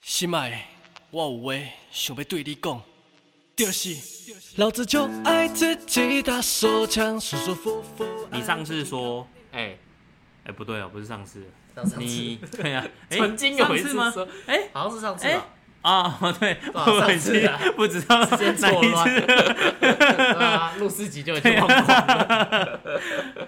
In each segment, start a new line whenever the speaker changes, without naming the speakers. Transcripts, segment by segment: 心爱的，我有话想要对你讲，就是老子就爱自己打手枪，舒舒服服。
嗯
你上次说，
哎、
哎、不对哦，不是上次，
上上次
你对啊，哎、
曾经有一
上
次
次吗
说？
哎、
好像是上次
哎
吧，
啊、对，
啊
我已
上次
经
啊
不知道
直接
哎哪
错
一
乱
次。
对啊，录四集就已经忘光 了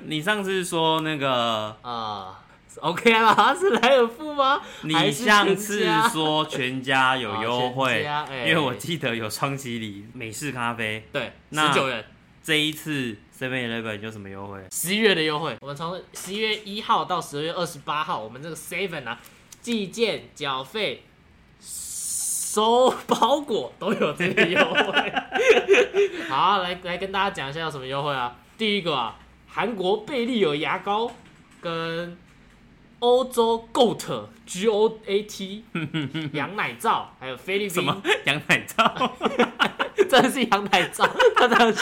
你上次说那个，
啊。OK 啦，是莱尔富吗？
你
还是
上
全
次
家
说全家有优惠，
啊全家哎
因为我记得有双喜礼美式咖啡。
对
那
十九元，
这一次 Seven Eleven 有什么优惠？
十一月的优惠，我们从十一月一号到十二月二十八号，我们这个 Seven 啊，寄件、缴费、收包裹都有这个优 惠。好，来来跟大家讲一下有什么优惠啊？第一个啊，韩国贝利尔牙膏跟欧洲 Goat G O A T 羊奶皂，还有菲律宾
什么羊奶皂？
真的是羊奶皂， 他这样写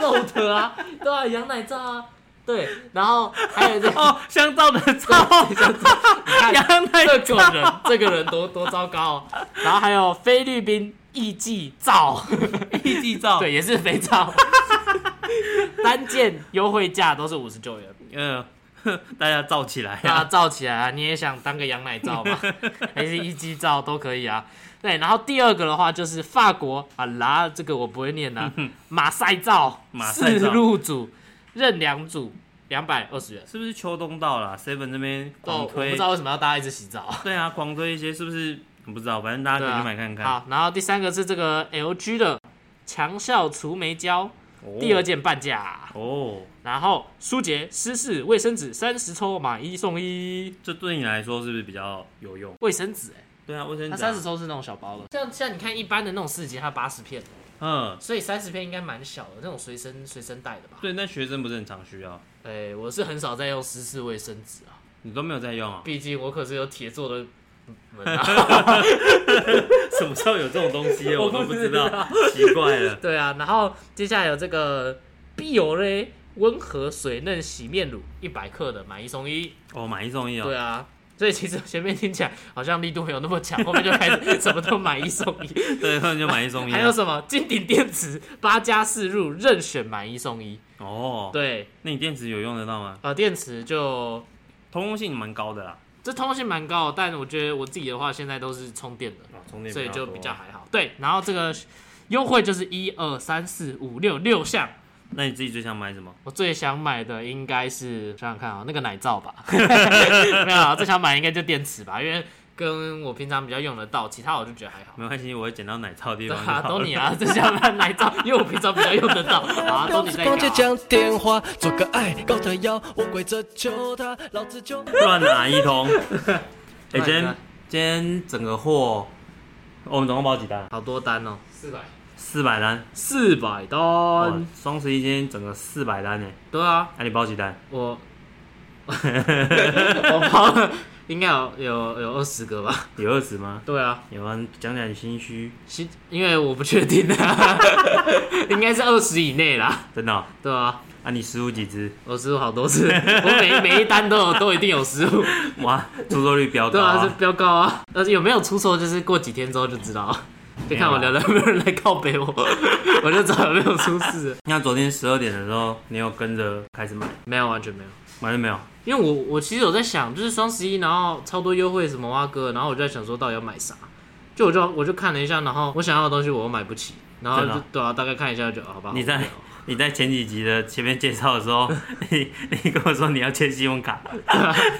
够的啊，对啊，羊奶皂啊，对，然后还有这 个，
哦，香皂的皂，
你看
羊奶
这
皂
个人，这个人多多糟糕、哦，然后还有菲律宾艺妓皂，
一季皂。
对，也是肥皂，单件优惠价都是五十九元，
嗯、呃， 大家造起来
把它
啊！
造起来啊！你也想当个羊奶皂吗？还是一鸡皂都可以啊。对，然后第二个的话就是法国啊啦，这个我不会念啊，马赛皂、
马赛
四
皂
入组、任两组，两百二十元。
是不是秋冬到了？Seven 啊这边
哦，我
狂
不
推
知，道为什么要大家一直洗澡。
对啊，狂推一些是不是？我不知道，反正大家
对
可以
啊
去买看看。
好，然后第三个是这个 LG 的强效除霉胶，
哦
第二件半价。
哦，
然后舒洁湿式卫生纸三十抽买一送一，
这对你来说是不是比较有用？
卫生纸哎、
对啊，卫生
它
纸啊
三十抽是那种小包的，像像你看一般的那种四级，它八十片。
嗯，
所以三十片应该蛮小的，那种随身随身带的吧？
对，那学生不是很常需要，
哎、我是很少在用湿式卫生纸啊，
你都没有在用 啊？
毕竟我可是有铁做的门啊。
什么时候有这种东西？啊我都不知
我
道
不，
奇怪了。
对啊，然后接下来有这个必有嘞温和水嫩洗面乳一百克的买一送一，
哦，买一送一
对
哦，
啊。所以其实前面听起来好像力度没有那么强，后面就 开始什么都买一送一。
对，那就买一送一啊。
还有什么金鼎电池八加四入任选买一送一，
哦，
对，
那你电池有用得到吗？
呃，电池就
通用性蛮高的啦，
这通用性蛮高的，但我觉得我自己的话现在都是充电的，
哦，充电
所以就
多
比较。还好。对，然后这个优惠就是一二三四五六六项。
那你自己最想买什么？
我最想买的应该是想想看啊、那个奶罩 吧，没有啊，最想买应该就电池吧，因为跟我平常比较用得到，其他我就觉得还好。
没关系，我会捡到奶罩的地
对
方就
啊，
好
都
了。
你啊，最想买奶罩，因为我平常比较用得到 啊，都
老
你
子
在
逛街
搞。
讲电话，做个爱高的腰，我跪着求他，老子就。
乱拿一通。 哎、
乱拿
今天今天整个货，哦我们总共包几单？
好多单哦，四百，
四百单。
四百单，
哇双十一今天整个四百单呢，
对啊，
那、你包几单？
我我包了，应该有有有二十个吧？
有二十吗？
对啊，
有啊，讲讲你心虚，
其因为我不确定啊， 应该是二十以内啦，
真的哦、
对啊，
啊，你失误几只？
我失误好 多次，我每每一单都有都一定有失误，
哇，出错率飙
对
高、
啊，
啊
是。标高啊，但是有没有出错，就是过几天之后就知道。
啊
就看我聊聊有没有人来告白我， 我就知道有没有出事了。
那昨天十二点的时候，你有跟着开始买，
没有，完全没有。
买了没有？
因为我我其实有在想，就是双十一，然后超多优惠什么哇哥，然后我就在想说到底要买啥，就我就我就看了一下，然后我想要的东西我又买不起，然后
真的
就
啊
对啊，大概看一下就好吧。
你
好无
在
聊
你在前几集的前面介绍的时 候，你你跟我说你要签信用卡，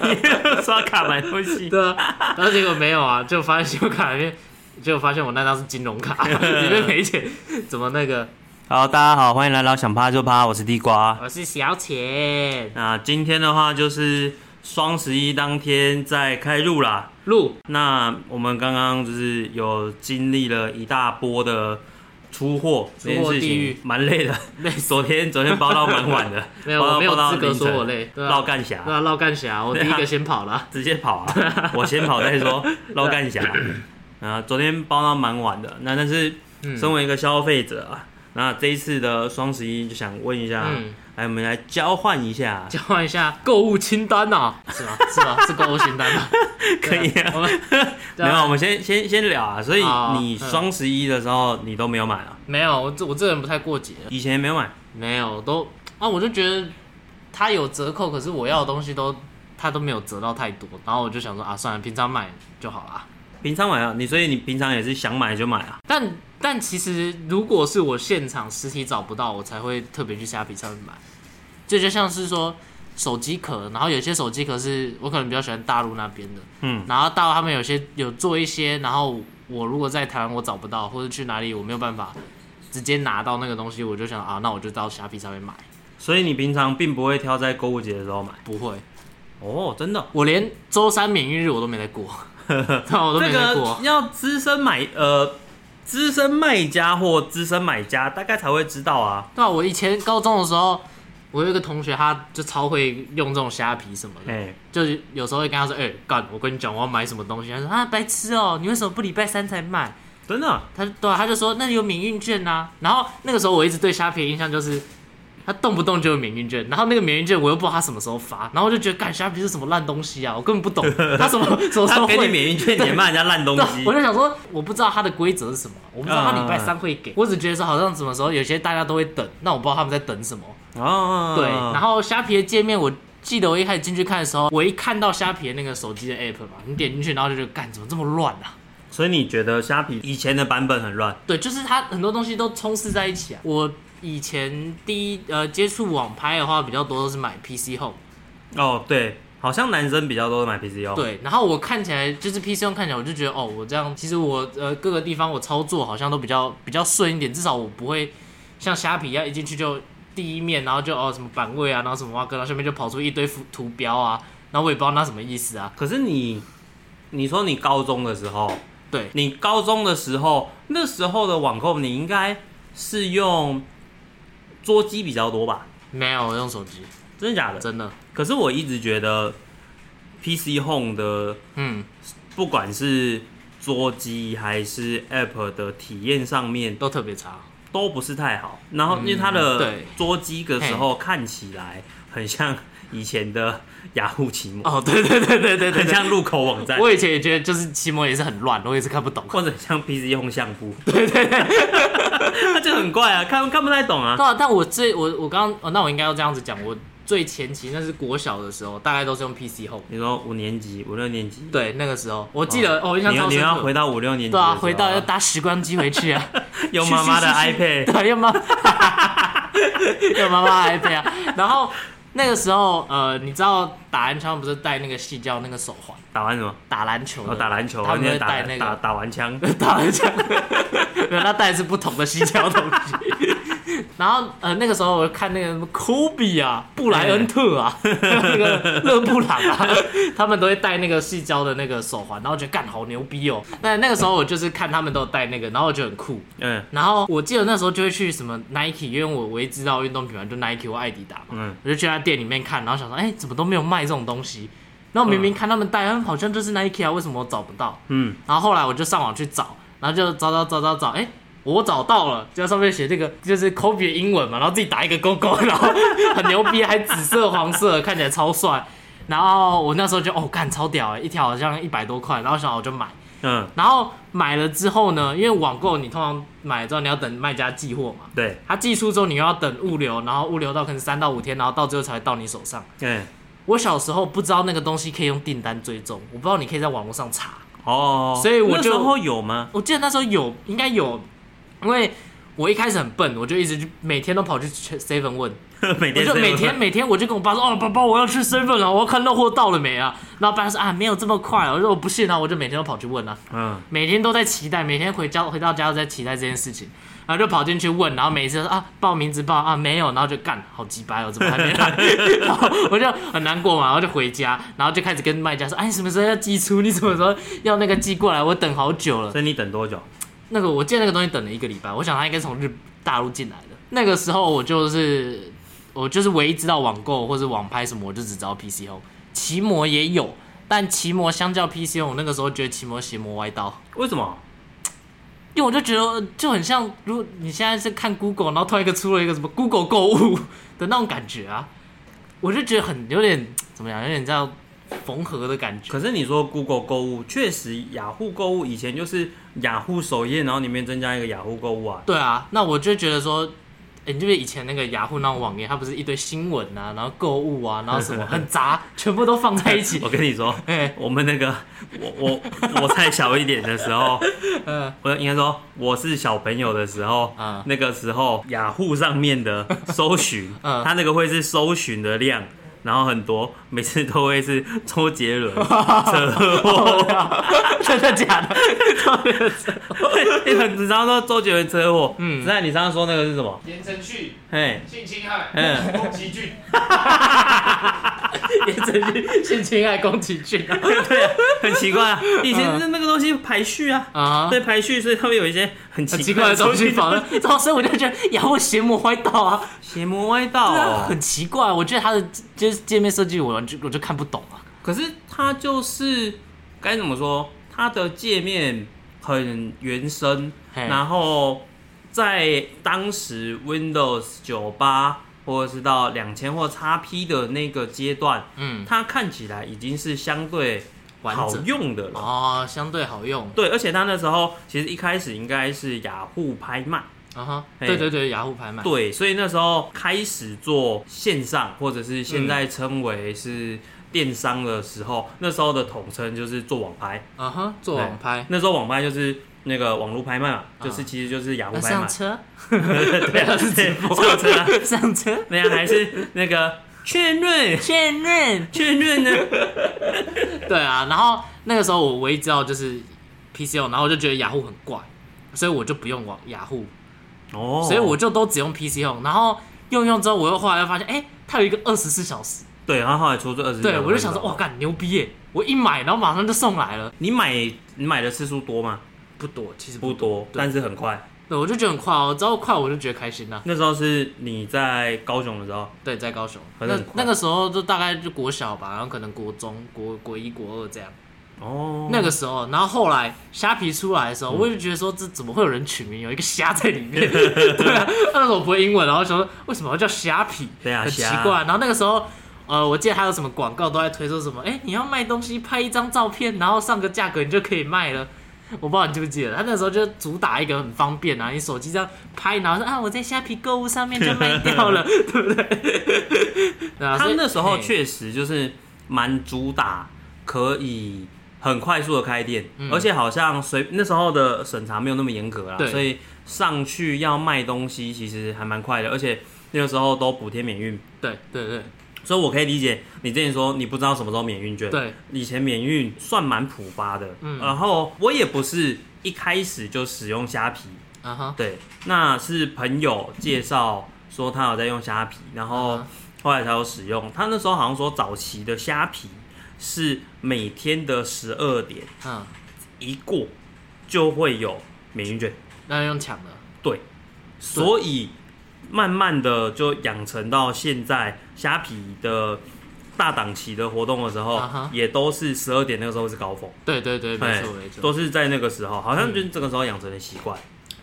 你刷卡买东西，
对啊，然后结果没有啊，就发现信用卡里面，结果发现我那张是金融 卡，里面没钱，怎么那个？
好，大家好，欢迎来到想趴就趴，我是地瓜。
我是小浅
那今天的话就是双十一当天在开录啦。
录，
那我们刚刚就是有经历了一大波的出货
出
这件
货
事
地狱
情，蛮累的。
累死
昨天昨天包到蛮晚的，
没有
包到
我没有
包到
资格
凌晨
说我累对啊
绕干侠
对啊，绕干侠，我第一
对
个
啊
先跑了，
直接跑 啊！我先跑再说，绕
嗯
干侠。啊，昨天包到蛮晚的，那但是身为一个消费者啊，那这一次的双十一就想问一下，哎
嗯
来我们来交换一下，
交换一下购物清单呐、是吗？是吗？是购物 清单吗？
可以
对
啊
我们 对
没
啊嗯
有，我们先先先聊啊。所以
好
你双十一的时候你都没有买啊？
没有，我这我这个人不太过节，
以前没有买，
没有我都啊，我就觉得它有折扣，可是我要的东西都它都没有折到太多，然后我就想说啊，算了，平常买就好啦。
平常买啊。你所以你平常也是想买就买啊？
但但其实如果是我现场实体找不到，我才会特别去虾皮上面买。这就像是说手机壳，然后有些手机壳是我可能比较喜欢大陆那边的，
嗯，
然后大陆他们有些有做一些，然后我如果在台湾我找不到，或者去哪里我没有办法直接拿到那个东西，我就想啊，那我就到虾皮上面买。
所以你平常并不会挑在购物节的时候买。
不会，
哦，真 的。
我连周三免运日我都没在过， 对啊，我都
这
没在
个
过。
要资深买呃资深卖家或资深买家大概才会知道啊。
对啊，我以前高中的时候，我有一个同学，他就超会用这种虾皮什么的，
哎，
就是有时候会跟他说：“哎、干，我跟你讲，我要买什么东西。”他说：“啊，白痴哦、你为什么不礼拜三才买
真的？”
他对、啊，他就说：“那里有免运券呐、然后那个时候我一直对虾皮的印象就是，他动不动就有免运券，然后那个免运券我又不知道他什么时候发，然后我就觉得干虾皮是什么烂东西啊，我根本 不懂他什么什么时
他
候
给你
会。
免运券，你也卖人家烂东
对，啊
西
我。就想说，我不知道它的规则是什么，我不知道他礼拜三会
啊
给，我只觉得说好像什么时候有些大家都会等，那我不知道他们在等什么。
哦，
对，然后虾皮的界面，我记得我一开始进去看的时候，我一看到虾皮的那个手机的 app 嘛，你点进去，然后就觉得干怎么这么乱啊？
所以你觉得虾皮以前的版本很乱？
对，就是它很多东西都充斥在一起啊。我以前第一呃接触网拍的话，比较多都是买 PC Home，
哦，对，好像男生比较多买 PCO。，
对，然后我看起来就是 PC Home 看起来，我就觉得哦，我这样其实我呃各个地方我操作好像都比较比较顺一点，至少我不会像虾皮一样一进去就第一面，然后就哦什么版位啊，然后什么哇哥，然后下面就跑出一堆图图标啊，然后我也不知道那什么意思啊。
可是你，你说你高中的时候，
对，
你高中的时候，那时候的网购你应该是用桌机比较多吧？
没有，我用手机，
真的假的？
真的。
可是我一直觉得 PC Home 的
嗯，
不管是桌机还是 App 的体验上面
都特别差。
都不是太好，然后因为
嗯
它的
对
桌机的时候看起来很像以前的雅虎奇摩，
哦，对对对对对对
很
对。
像入口网站，
我以前也觉得，就是奇摩也是很乱，我也是看不懂。
或者像 PC 用相扑，对对 对，那就很怪啊，看看不太懂啊。
但但我最我我刚刚、哦，那我应该要这样子讲，我最前期那是国小的时候，大概都是用 PC Home。
你说五年级、五六年级，
对，那个时候我记得，哦，我印象
你要
超
你
深
要
刻。
回到五六年级的时
对
候
啊，
啊，
回到要搭时光机回去啊，
用妈妈的
去去去
iPad，
对，要妈， 要妈妈的 iPad 啊。然后那个时候，呃，你知道打篮球不是戴那个细胶那个手环，
打完什么？
打篮球的
哦，打篮球，
他们
那
会
天打
戴那个
打打完枪，
打篮球，没有，他带的是不同的西胶东西。然后呃，那个时候我看那个什么科比啊、布莱恩特啊、 那个勒布朗啊， 他们都会戴那个细胶的那个手环，然后觉得干好牛逼哦。那那个时候我就是看他们都有戴那个，然后我就很酷。
嗯
然后我记得那时候就会去什么 Nike，因为我唯一知道的运动品牌就 Nike 或艾迪达嘛，
嗯，
我就去他店里面看，然后想说，哎、怎么都没有卖这种东西？然后明明看他们戴，他们好像就是 Nike 啊，为什么我找不到？
嗯，
然后后来我就上网去找，然后就找找找找找，哎、我找到了，就在上面写这个就是 Kobe 的英文嘛，然后自己打一个勾勾，然后很牛逼，还紫色黄色，看起来超帅。然后我那时候就哦，干超屌哎、一条好像一百多块，然后想我就买，
嗯，
然后买了之后呢，因为网购你通常买了之后你要等卖家寄货嘛，
对，
他寄出之后你又要等物流，然后物流到可能三到五天，然后到最后才会到你手上。
嗯，
我小时候不知道那个东西可以用订单追踪，我不知道你可以在网络上查，
哦，
所以我
那
就
时候有吗？
我记得那时候有，应该有，因为我一开始很笨，我就一直去每天都跑去 seven 问，
每
我
天
就每
这
天
样
每天我就跟我爸说，哦，爸爸我要去 seven 了，我要看到货到了没啊？然后爸说啊，没有这么快啊，我说我不信啊，我就每天都跑去问啊，
嗯，
每天都在期待，每天回家回到家都在期待这件事情。然后就跑进去问，然后每一次都说啊报名字报啊没有，然后就干好鸡掰哦，怎么还没来？然后我就很难过嘛，然后就回家，然后就开始跟卖家说，哎、你什么时候要寄出？你什么时候要那个寄过来？我等好久了。
所以你等多久？
那个我借那个东西等了一个礼拜，我想他应该从日大陆进来的。那个时候我就是我就是唯一知道网购或者网拍什么，我就只知道 PC Home，奇摩也有，但奇摩相较 PC Home，我那个时候觉得奇摩邪魔歪道，
为什么？
因为我就觉得就很像，如果你现在是看 Google，然后突然一个出了一个什么 Google 购物的那种感觉啊，我就觉得很有点怎么样，有点这样缝合的感觉。
可是你说 Google 购物，确实雅虎购物以前就是雅虎首页，然后里面增加一个雅虎购物啊。
对啊，那我就觉得说，哎诶你记不记得以前那个雅虎那种网页，它不是一堆新闻啊，然后购物啊，然后什么很杂，全部都放在一 起
我。跟你说，
哎，
我们那个我我我才小一点的时候，
嗯
我应该说我是小朋友的时候，
嗯
那个时候雅虎上面的搜寻，
嗯
它那个会是搜寻的量，然后很多，每次都会是周杰 伦车祸，
真的假的？
你哎很你常说周杰伦车祸，嗯，
嗯
知道你刚刚说那个是什么？
言承旭、
嘿，
性侵害、
嗯
宫崎骏，
也只 是性侵害宫崎骏啊
对啊，很奇怪啊，以前
嗯
那那个东西排序啊，
啊，
对排序，所以他们有一些很
很
奇
奇怪的东
搜
西
寻
放
的
了，然 后所以我就觉得雅虎邪魔歪道啊，
邪魔歪道
对
哦
啊，，很奇怪，我觉得它的就是界面设计，我完全我就看不懂啊。
可是它就是该怎么说，它的界面很原生，
嘿
然后在当时 Windows 九八或者是到两千或 x P 的那个阶段，
嗯，
它看起来已经是相对
完
好
整
用的了。
哦，相对好用
对，而且它那时候其实一开始应该是雅虎拍卖，
啊哈。
嘿
对对对，雅虎拍卖。
对，所以那时候开始做线上，或者是现在称为是电商的时候，那时候的统称就是做网拍。
啊哈，做网拍，
那时候网拍就是那个网络拍卖嘛，
啊
就是其实就是雅虎
那
拍卖
上， 车，
对啊，是直播上车啊，
上车，
那样还是那个确认
确认。
确认呢？
对啊，然后那个时候我唯一知道就是 PCO，然后我就觉得雅虎很怪，所以我就不用网雅虎，
哦
所以我就都只用 PCO，然后用用之后，我又后来又发现，哎、它有一个二十四小时，
对，然后后来出这二十，
对我就想说，哇，，哦干牛逼耶！我一买，然后马上就送来了，
你买你买的次数多吗？
不多，其实不
不多，
对
但是很快。
对，我就觉得很快哦，只要快我就觉得开心啦、
那时候是你在高雄的时候，
对，在高雄，
反
那
正很快
那个时候就大概就国小吧，然后可能国中、国国一、国二这样。
哦，
那个时候，然后后来虾皮出来的
嗯
时候，我就觉得说这怎么会有人取名有一个虾在里 面？对啊，那时候我不会英文，然后想说为什么要叫虾皮？
对啊
很奇
虾
怪。然后那个时候，呃，我记得还有什么广告都在推说什么，哎、你要卖东西拍一张照片，然后上个价格你就可以卖了。我不知道你记不记得，他那时候就主打一个很方便啊，你手机这样拍，然后说啊我在虾皮购物上面就卖掉 了，对不对？对啊，
他
所以
那时候
嘿
确实就是蛮主打，可以很快速的开店，而且好像随那时候的审查没有那么严格啦，
嗯对
所以上去要卖东西其实还蛮快的，而且那个时候都补贴免运，
对对对
所以我可以理解你之前说你不知道什么时候免运券，，
对，
以前免运算蛮普发的，
嗯
然后我也不是一开始就使用虾皮，
啊哈，
对，那是朋友介绍说他有在用虾皮，然后
嗯
后来才有使用。他那时候好像说早期的虾皮是每天的十二点
嗯，
一过就会有免运券，
那用抢的，
对，所以慢慢的就养成到现在虾皮的。大档期的活动的时候
啊哈
也都是十二点那个时候是高峰，
对对对，没
哎
错没错，嗯
都是在那个时候，好像就是这个时候养成的习惯。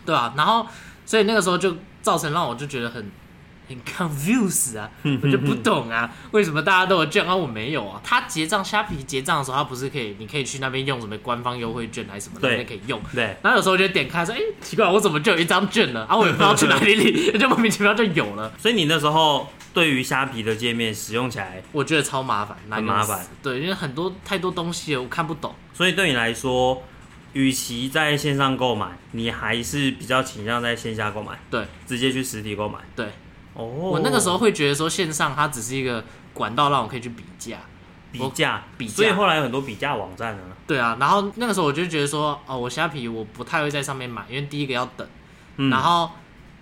对啊，然后所以那个时候就造成让我就觉得很 很 confuse 啊，我就不懂啊，为什么大家都有券，啊我没有啊？他结账虾皮结账的时候，他不是可以，你可以去那边用什么官方优惠券还是什么的，
对
那边可以用。
对，
然后有时候我就点开说，哎、奇怪，我怎么就有一张券了？啊， 我也不知道去哪里 领，就莫名其妙就有了，
所以你那时候对于虾皮的界面使用起来，
我觉得超麻烦，难
很
用
麻
死
烦。
对，因为很多太多东西了，我看不懂。
所以对你来说，与其在线上购买，你还是比较倾向在线下购买，
对
直接去实体购买。
对，
哦，
我那个时候会觉得说线上它只是一个管道，让我可以去比价。
比价，
比价
所以后来有很多比价网站啊，
对啊，然后那个时候我就觉得说，哦，我虾皮我不太会在上面买，因为第一个要等，
嗯
然后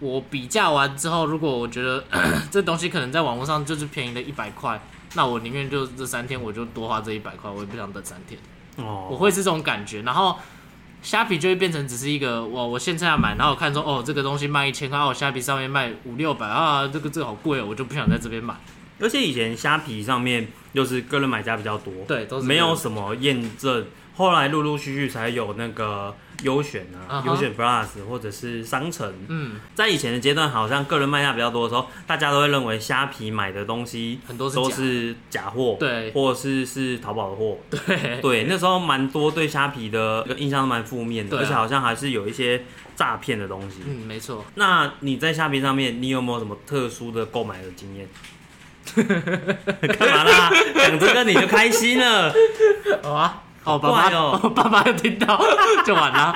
我比价完之后，如果我觉得 这东西可能在网络上就是便宜了一百块，那我宁愿就这三天我就多花这一百块，我也不想等三天，我
哦，
会是这种感觉，然后。虾皮就会变成只是一个我我现在要买，然后我看说哦这个东西卖一千块，啊我虾皮上面卖五六百啊，这个这个好贵哦，我就不想在这 边买。
而且以前虾皮上面就是个人买家比较多，
对都是
没有什么验证，后来陆陆续续才有那个优选啊
啊、哈
优选 Plus 或者是商城，
嗯，
在以前的阶段，好像个人卖价比较多的时候，大家都会认为虾皮买的东西
很多是假
都是假货，
对
或者是是淘宝的货，
对，
对，那时候蛮多对虾皮的印象都蛮负面的，
对啊
而且好像还是有一些诈骗的东西。
嗯，没错，
那你在虾皮上面，你有没有什么特殊的购买的经验？ 干嘛啦？讲这个你就开心 了？
好啊，哦，爸
怪
爸，
哦
爸爸又听到就 完了，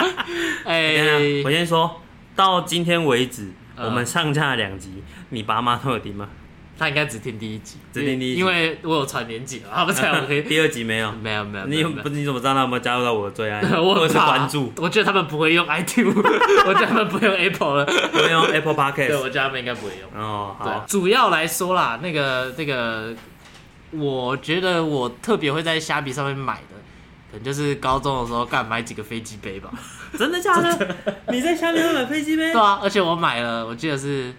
哎、
等一下我先说到今天为止，
嗯
我们上架了两集，你爸妈都有听吗？
他应该只听第一集，
只听第一集
因为我有传连结，他们才我 可以，
第二集没有。
没有没有，没
你
有
有
没有
不是你怎么知道他有没有加入到我的最爱？
我
或
很
者是
怕
关注，
我觉得他们不会用 iTune，我 觉得他们不会用 Apple 了。
有 没有 Apple
对，
Podcast？
我觉得他们应该不会用。
哦，
对
好，，
主要来说啦，那个那个，我觉得我特别会在虾皮上面买的，可能就是高中的时候干买几个飞机杯吧。
真的假的？你在虾皮上买飞机杯
对？啊，而且我买了，我记得是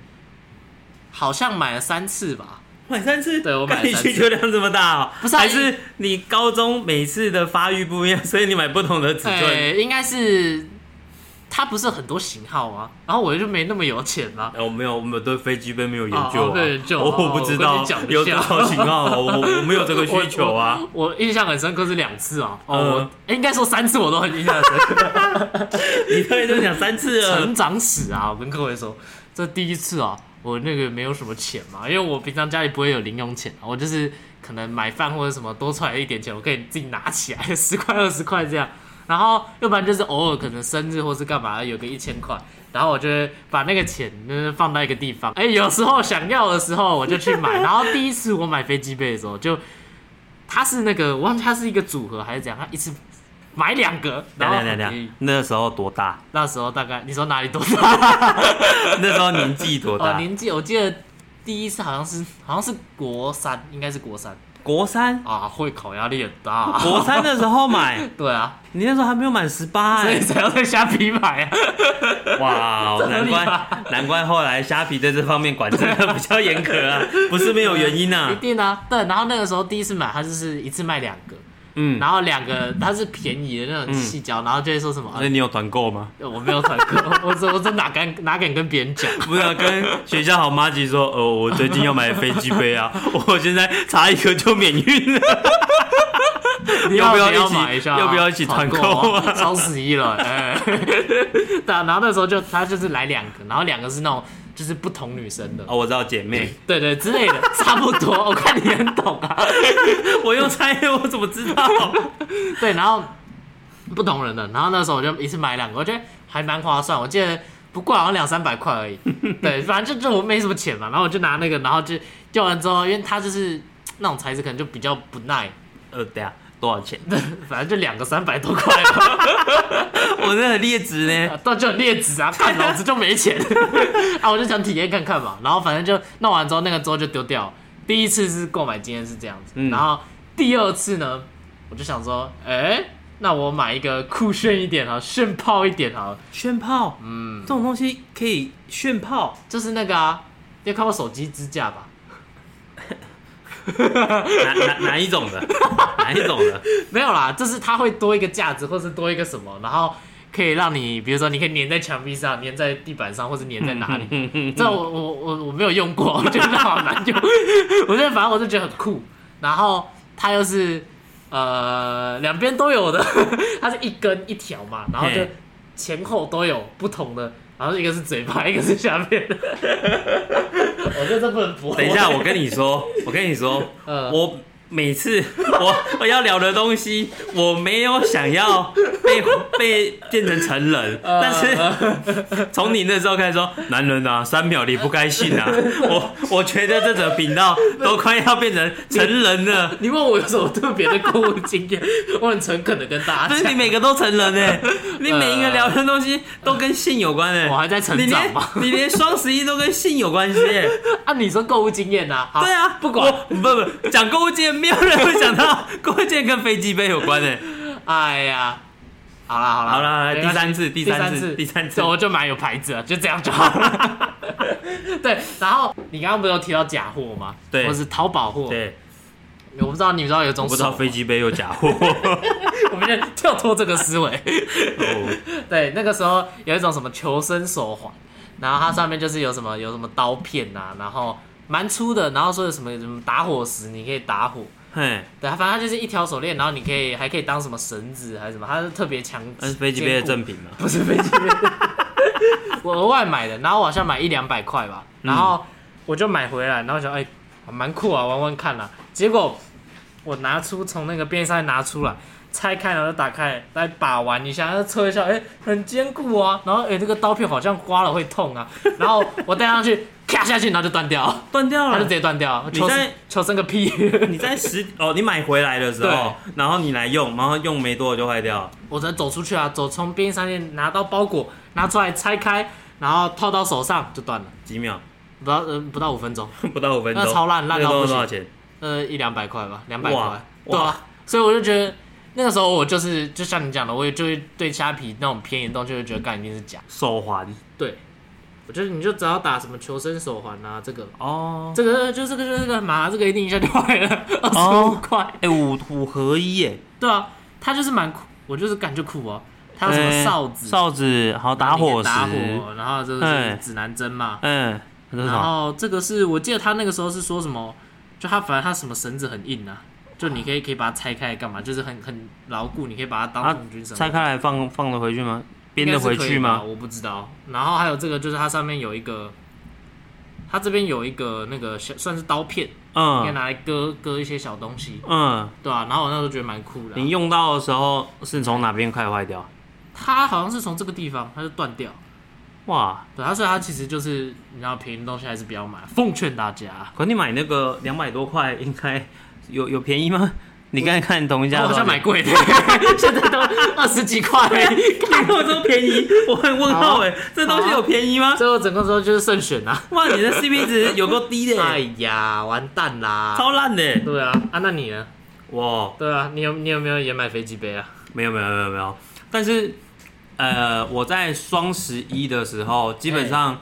好像买了三次吧。
买三次，
对我买了
看你
三
需
次
求量这么大、哦，
不是啊
还是你高中每次的发育不一样，所以你买不同的尺寸。
对，应该是它不是很多型号啊，然后我就没那么有钱啦。
呃我没有，我们对飞机杯没有研究
哦哦
啊，
没有研究
我
哦
我不知道
我跟你讲一下
有多少型号，我我我没有这个需求啊。
我我印象很深刻是两次啊，哦，
嗯
我欸应该说三次我都很印象很深刻。
你特意都讲三次了
成，长史啊！我跟各位说，这第一次啊，我那个没有什么钱嘛，因为我平常家里不会有零用钱啊，我就是可能买饭或者什么多出来的一点钱，我可以自己拿起来， 十块二十块这样。然后，要不然就是偶尔可能生日或是干嘛有个一千块，然后我就会把那个钱呢放到一个地方。哎，有时候想要的时候我就去买。然后第一次我买飞机杯的时候，就它是那个我忘记它是一个组合还是怎样，它一次买两个，
等
然后
等
很
等
便宜
等，那时候多大？
那时候大概你说哪里多大？
那时候年纪多
哦，
大？
年纪我记得第一次好像是好像是国三，应该是国三
国三，
啊，会考压力很大。
国三的时候买，
对啊，
你那时候还没有满十八
所以
哎。
才要在虾皮买啊。
哇，
这合
难
理吧
怪难怪后来虾皮在这方面管制的比较严格 啊，不是没有原因
一
啊。
定啊，对。然后那个时候第一次买，它就是一次卖两个，
嗯，
然后两个它是便宜的那种细胶，然后就会说什么，啊
所以你有团购吗？
我没有团购，我这我这哪敢哪敢跟别人讲？
不要跟学校好妈吉说，呃，我最近要买飞机杯啊， 我现在查一个就免运了。 要不要
你
一起
买一下啊？
要不要一起团购啊
团啊？双十一了，哎， 对啊，然后那时候就他就是来两个，然后两个是那种就是不同女生的，
哦，我知道姐妹，
对对之类的，差不多。我看你很懂啊，
我用猜，我怎么知道？
对，然后不同人的，然后那时候我就一次买两个，我觉得还蛮划算，我记得。不过好像两三百块而已，对，反正就就我没什么钱嘛，然后我就拿那个，然后就用完之后，因为它就是那种材质，可能就比较不耐，
呃，等一下多少钱？
反正就两个三百多块吧，
我那个劣质呢？
啊到就有劣质啊，看老子就没钱啊！我就想体验看看嘛，然后反正就弄完之后，那个之后就丢掉了。第一次是购买经验是这样子，
嗯
然后第二次呢，我就想说，哎、那我买一个酷炫一点啊，炫炮一点啊，
炫炮，嗯，这种东西可以炫炮，
就是那个啊，你有看过手机支架吧？
哪哪哪一种的？ 哪一种的？
没有啦，就是它会多一个架子，或是多一个什么，然后可以让你，比如说你可以粘在墙壁上，粘在地板上，或者粘在哪里。 这我我我我没有用过，我觉得好难用。我觉得反正我是觉得很酷，然后它又是呃两边都有的， 它是一根一条嘛，然后就
嘿
前后都有不同的，然后一个是嘴巴，一个是下面的。 我觉得这不能播。
等一下，我跟你说，我跟你说，
呃
我每次 我我要聊的东西，我没有想要被被变成成人，但是从你那时候开始说，男人啊，三秒离不开性啊，我我觉得这则频道都快要变成成人了。
你问我有什么特别的购物经验， 我很诚恳的跟 大
不
家
是你
讲。
每个都成人呢、欸 你每一个聊的东西都跟性有关呢、
呃我还在成
你连
长嘛
你连双十一都跟性有关系、 欸。
按啊你说购物经验呐、好
对啊，
不管，
我不不讲购物界，没有人会想到购物界跟飞机杯有关欸的。
哎呀，好啦 好啦
好啦，来
没
第
关系
三次，啊第
第
三次，
次
第三次
对，，我就买有牌子了，就这样就好 了。对，然后你刚刚不是有提到假货吗？
对
或是淘宝货。，
对，
我不知道你知道有一种
我不知道
手
飞机杯有假货，
我们就跳脱这个思维。
哦，
对，那个时候有一种什么求生手环，然后它上面就是有什么有什么刀片呐、然后蛮粗的，然后说有什么什么打火石，你可以打火。
嘿，
对，啊反正它就是一条手链，然后你可以还可以当什么绳子还是什么，它是特别强。
那是飞机杯的赠品嘛？
不是飞机杯， 我额外买的，然后我好像买一两百块吧，然
嗯
后我就买回来，然后想哎，蛮酷啊，玩玩看啦、结果我拿出从那个便利商店拿出来，拆开然后就打开来把玩一下，然后测一下，哎，很坚固啊，然后哎这个刀片好像刮了会痛啊，然后我戴上去，咔下去，然后就断掉，
断掉
它就
了
直。接断掉，
嗯你
求
在
生求生个屁！
你在十哦，你买回来的时候，然后你来用，然后用没多久就坏掉了。
我才走出去啊，走从便利商店拿到包裹，拿出来拆开，然后套到手上就断了。
几秒，
不到呃不到五分钟，
不到五分钟，
那超烂烂到
那个多
不行
少钱？
呃一两百块吧，两百
哇
块，对
哇
啊，所以我就觉得那个时候我就是就像你讲的，我也就会对虾皮那种偏移动就会觉得干一定是假，
手环
对，我觉得你就只要打什么求生手环啊，这个
哦，
这个就这个就这个嘛，这个一定一下就坏 了，二十五块，
哎、五五合一耶，
对啊，它就是蛮酷，我就是感觉酷哦，它有什么
哎
哨子、
哨子，好打火石，
打火，然后这个
哎
是指南针嘛，
嗯，这是什
然
么？
后这个是我记得他那个时候是说什么，就他反正他什么绳子很硬啊，就你可以可以把它拆开来干嘛，就是很很牢固，你可以把它
啊
当空军什么的。
拆开来放放得回去吗？编
应该
得
是
回
可以
去
吧
吗？
我不知道。然后还有这个就是它上面有一个，它这边有一个那个小算是刀片，应该
嗯
拿来割割一些小东西，
嗯，
对啊，然后我那时候觉得蛮酷的啊、
你用到的时候是从哪边开始坏掉？
它好像是从这个地方它就断掉，
哇！
对啊，所以它其实就是你知道便宜的东西还是不要买，奉劝大家。
可你买那个两百多块，应该有有便宜吗？你刚才看同一家
我
多
好
少钱，
像买贵的， 现在都二十几块。
你跟我说便宜，我很问号
啊
哎，这东西有便宜吗？
最后整个时候就是慎选啊！
哇，你的 CP 值有够低的
哎
欸，
呀，完蛋啦！
超烂的欸。
对啊，啊，那你呢？
哇，
对啊，你有你有没有也买飞机杯啊？
没有没有没有没有，但是呃，我在双十一的时候基本上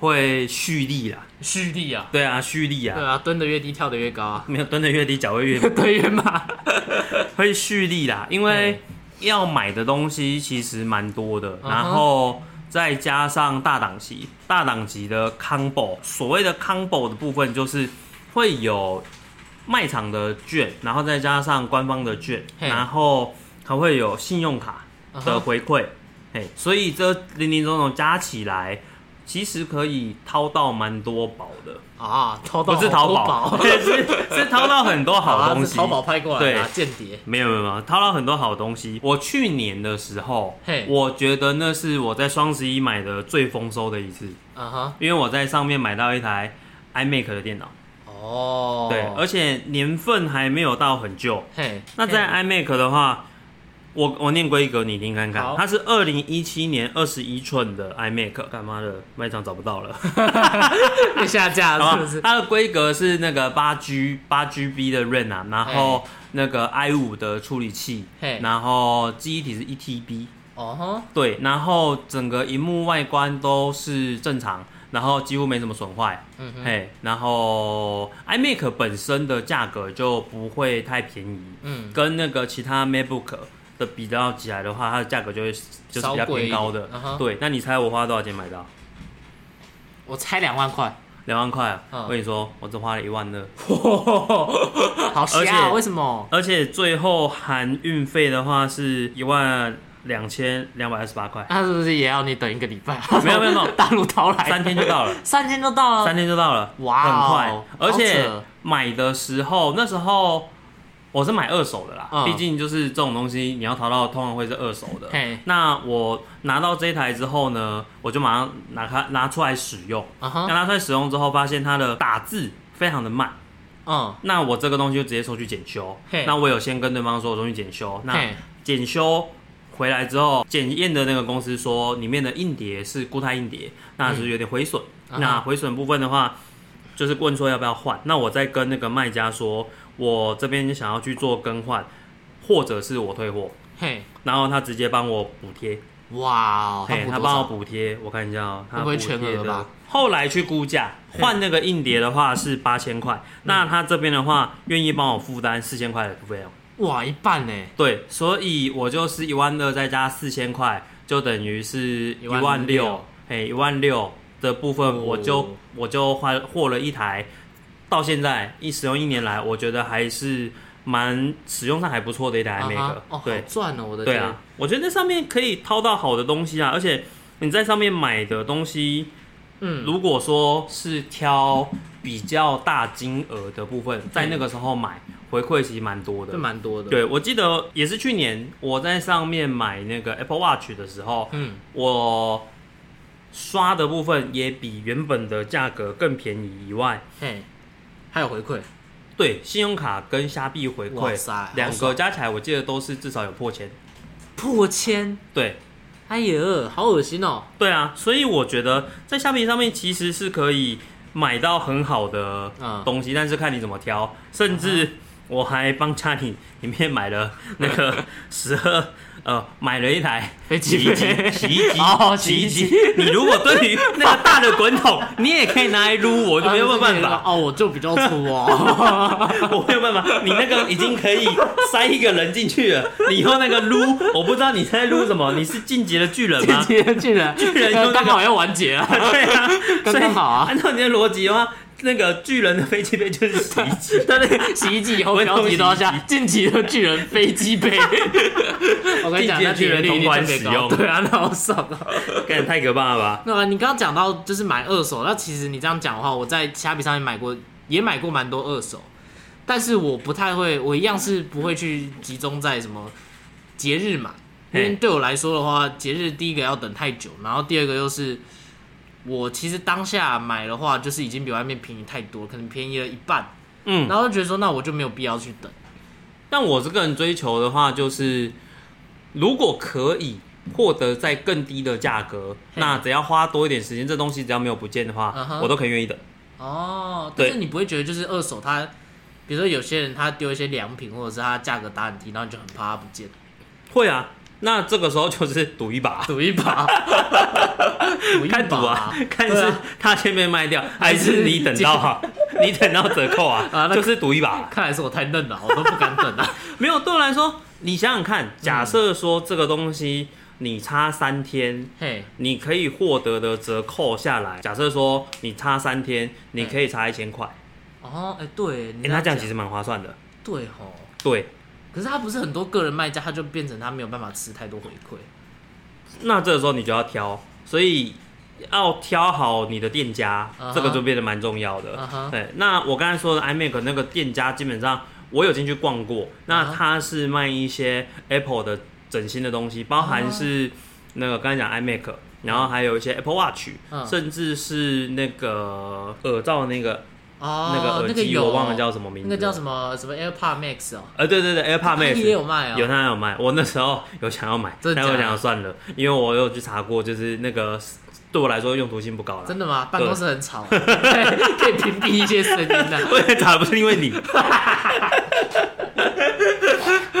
会蓄力啦，
蓄力啊！
对啊，蓄力
对
啊，
啊，蹲的越低，跳的越 高啊！
没有蹲的越低，脚会越
对越嘛，
会蓄力啦，因为要买的东西其实蛮多
嗯
的，然后再加上大档期，大档期的 combo，所谓的 combo 的部分就是会有卖场的券，然后再加上官方的券，
嘿
然后还会有信用卡
嗯
的
哼
回馈，嘿，所以这零零总总加起来。其实可以掏到蛮多宝的，
啊，淘宝
不是淘
好
宝，
多宝
是是掏到很多好东
啊
西。
是淘宝拍过来的啊
对
间谍
没有没有没有，淘到很多好东西。我去年的时候
嘿
我觉得那是我在双十一买的最丰收的一次，
啊哈
因为我在上面买到一台 iMac 的电脑，
哦，
对，而且年份还没有到很旧。
嘿，
那在 iMac 的话，我我念规格你听看看
好，
它是二零一七年二十一寸的 iMac，干妈的卖场找不到了，
嘿被下 架
好
了
吧
是不是？
它的规格是那个八 G 八 GB 的 RAM 啊，然后那个 i 五的处理器
嘿，
然后记忆体是一 TB，
哦哈，
对，然后整个荧幕外观都是正常，然后几乎没什么损坏，
嗯哼，
嘿，然后 iMac 本身的价格就不会太便宜，
嗯，
跟那个其他 MacBook 的比较起来的话，它的价格就会就是
稍
比较
贵
偏
一
高
点
的
嗯哼，
对，那你猜我花多少钱买到？
我猜两万块，
两万块啊！
嗯
我跟你说，我只花了一万二。
好
而
瞎啊，
且
为什么？
而且最后含运费的话是一万两千两百二十八块，
那是不是也要你等一个礼拜？
没有没有没有
大陆淘来
三天就 到了，
三天就到
三
了。
天就到了，
哦哇
很
哦
快。而且
好扯
买的时候，那时候我是买二手的啦，
嗯
毕竟就是这种东西你要淘到，通常会是二手的
嘿。
那我拿到这一台之后呢，我就马上拿开拿出来使用，
啊
那
哈，
拿出来使用之后，发现它的打字非常的慢。
嗯，
那我这个东西就直接收去检修
嘿。
那我有先跟对方说我东西检修，那
嘿，
检修回来之后，检验的那个公司说里面的硬碟是固态硬碟，那就是有点毁损。
啊哈
那毁损部分的话，就是问说要不要换。那我再跟那个卖家说，我这边想要去做更换，或者是我退货，
嘿，
然后他直接帮我补贴。
哇哦，
嘿，
补
他
多
帮我
少？
补贴，我看一下哦、他
会不会
补贴
全额
的
吧。嗯
后来去估价换那个硬碟的话是八千块，那他这边的话愿意帮我负担四千块的费用，
哇，一半呢，
对，所以我就是一万二再加四千块，就等于是一万六
16,000，
哎，一万六的部分，我就、
哦
我就换获了一台，到现在一使用一年来，我觉得还是蛮使用上还不错的一台 Mac，、
啊哈哦，好
对
赚哦，我的
对
天，
啊，我觉得那上面可以掏到好的东西啊，而且你在上面买的东西，
嗯，
如果说是挑比较大金额的部分，在那个时候买，回馈其实蛮多的
这。蛮多的，，
对，我记得也是去年我在上面买那个 Apple Watch 的时候，
嗯，
我刷的部分也比原本的价格更便宜以外，
嘿，还有回馈，
对，信用卡跟虾币回
哇
馈
塞好
两个
爽
加起来，我记得都是至少有破千。
破千，
对，
哎呦，好恶心哦，
对啊，所以我觉得在虾皮上面其实是可以买到很好的
嗯
东西，但是看你怎么挑。甚至我还帮家里里面买了那 个十二，呃，买了一台
飞
洗
机
衣机，洗衣机，
哦
洗衣
洗衣
机。你如果对于那个大的滚筒， 你也可以拿来撸，我就没有办 法，
哦，我就比较 粗哦，
我没有办法。你那个已经可以塞一个人进去了，你以后那个撸，我不知道你在撸什么，你是进阶的巨人吗？
巨人 巨人
巨人用那个
刚好要完结啊，
对啊，
刚
所以
刚好啊
按照你的逻辑的话，那个巨人的飞机杯就是洗衣 机。
他那个洗衣机以后标题都要下“近期的巨人飞机 杯”，我跟你讲，那
近期的巨人同款使用
对啊，那好爽 啊！
干太可怕了吧？
那你刚刚讲到就是买二手，那其实你这样讲的话，我在虾皮上面买过，也买过蛮多二手，但是我不太会，我一样是不会去集中在什么节日买，因为
嘿
对我来说的话，节日第一个要等太久，然后第二个又是我其实当下买的话，就是已经比外面便宜太多，可能便宜了一半，
嗯，
然后就觉得说那我就没有必要去等，
但我这个人追求的话，就是如果可以获得在更低的价格，
嘿
那只要花多一点时间，这东西只要没有不见的
嗯
话，
哼
我都可以愿意等。
哦，但是
对
你不会觉得就是二手它，比如说有些人他丢一些良品，或者是它价格打很低，然后你就很怕它不见，
会啊，那这个时候就是赌一把。
赌 一把，赌一把
看赌啊，看
对
是
啊
他先被卖掉，还是你等到 啊，你等到折扣
啊
啊，
那
就是赌一把。
看来是我太嫩了，我都不敢等啊。
没有，对我来说，你想想看，假设说这个东西你差三天，
嘿，
你可以获得的折扣下来，假设说你差三天，你可以差一千块，
哦，哎、对，你
哎、那这样其
讲
实蛮划算的。
对吼。
对，
可是他不是很多个人卖家，他就变成他没有办法吃太多回馈。
那这个时候你就要挑，所以要挑好你的店家
嗯哼
这个就变得蛮重要的。
嗯哼
对，那我刚才说的 iMac 那个店家，基本上我有进去逛过，那
嗯哼
它是卖一些 Apple 的整新的东西，包含是那个刚才讲 iMac。然后还有一些 Apple Watch，、
嗯
甚至是那个耳罩那个、
哦，
那
那
个耳
个
机，
有
我忘了叫什么名字
那
了，
个叫什么什么 AirPod Max 哦，
呃，对对对，AirPod
它
Max
也有卖哦
有他有卖。我那时候 有想要买，
真的
但
假
我
的
想要算了，因为我有去查过，就是那个对我来说用途性不高了
真。的吗？办公室很吵，哦 可以屏蔽一些声音 啊的、
我也查不是因为你，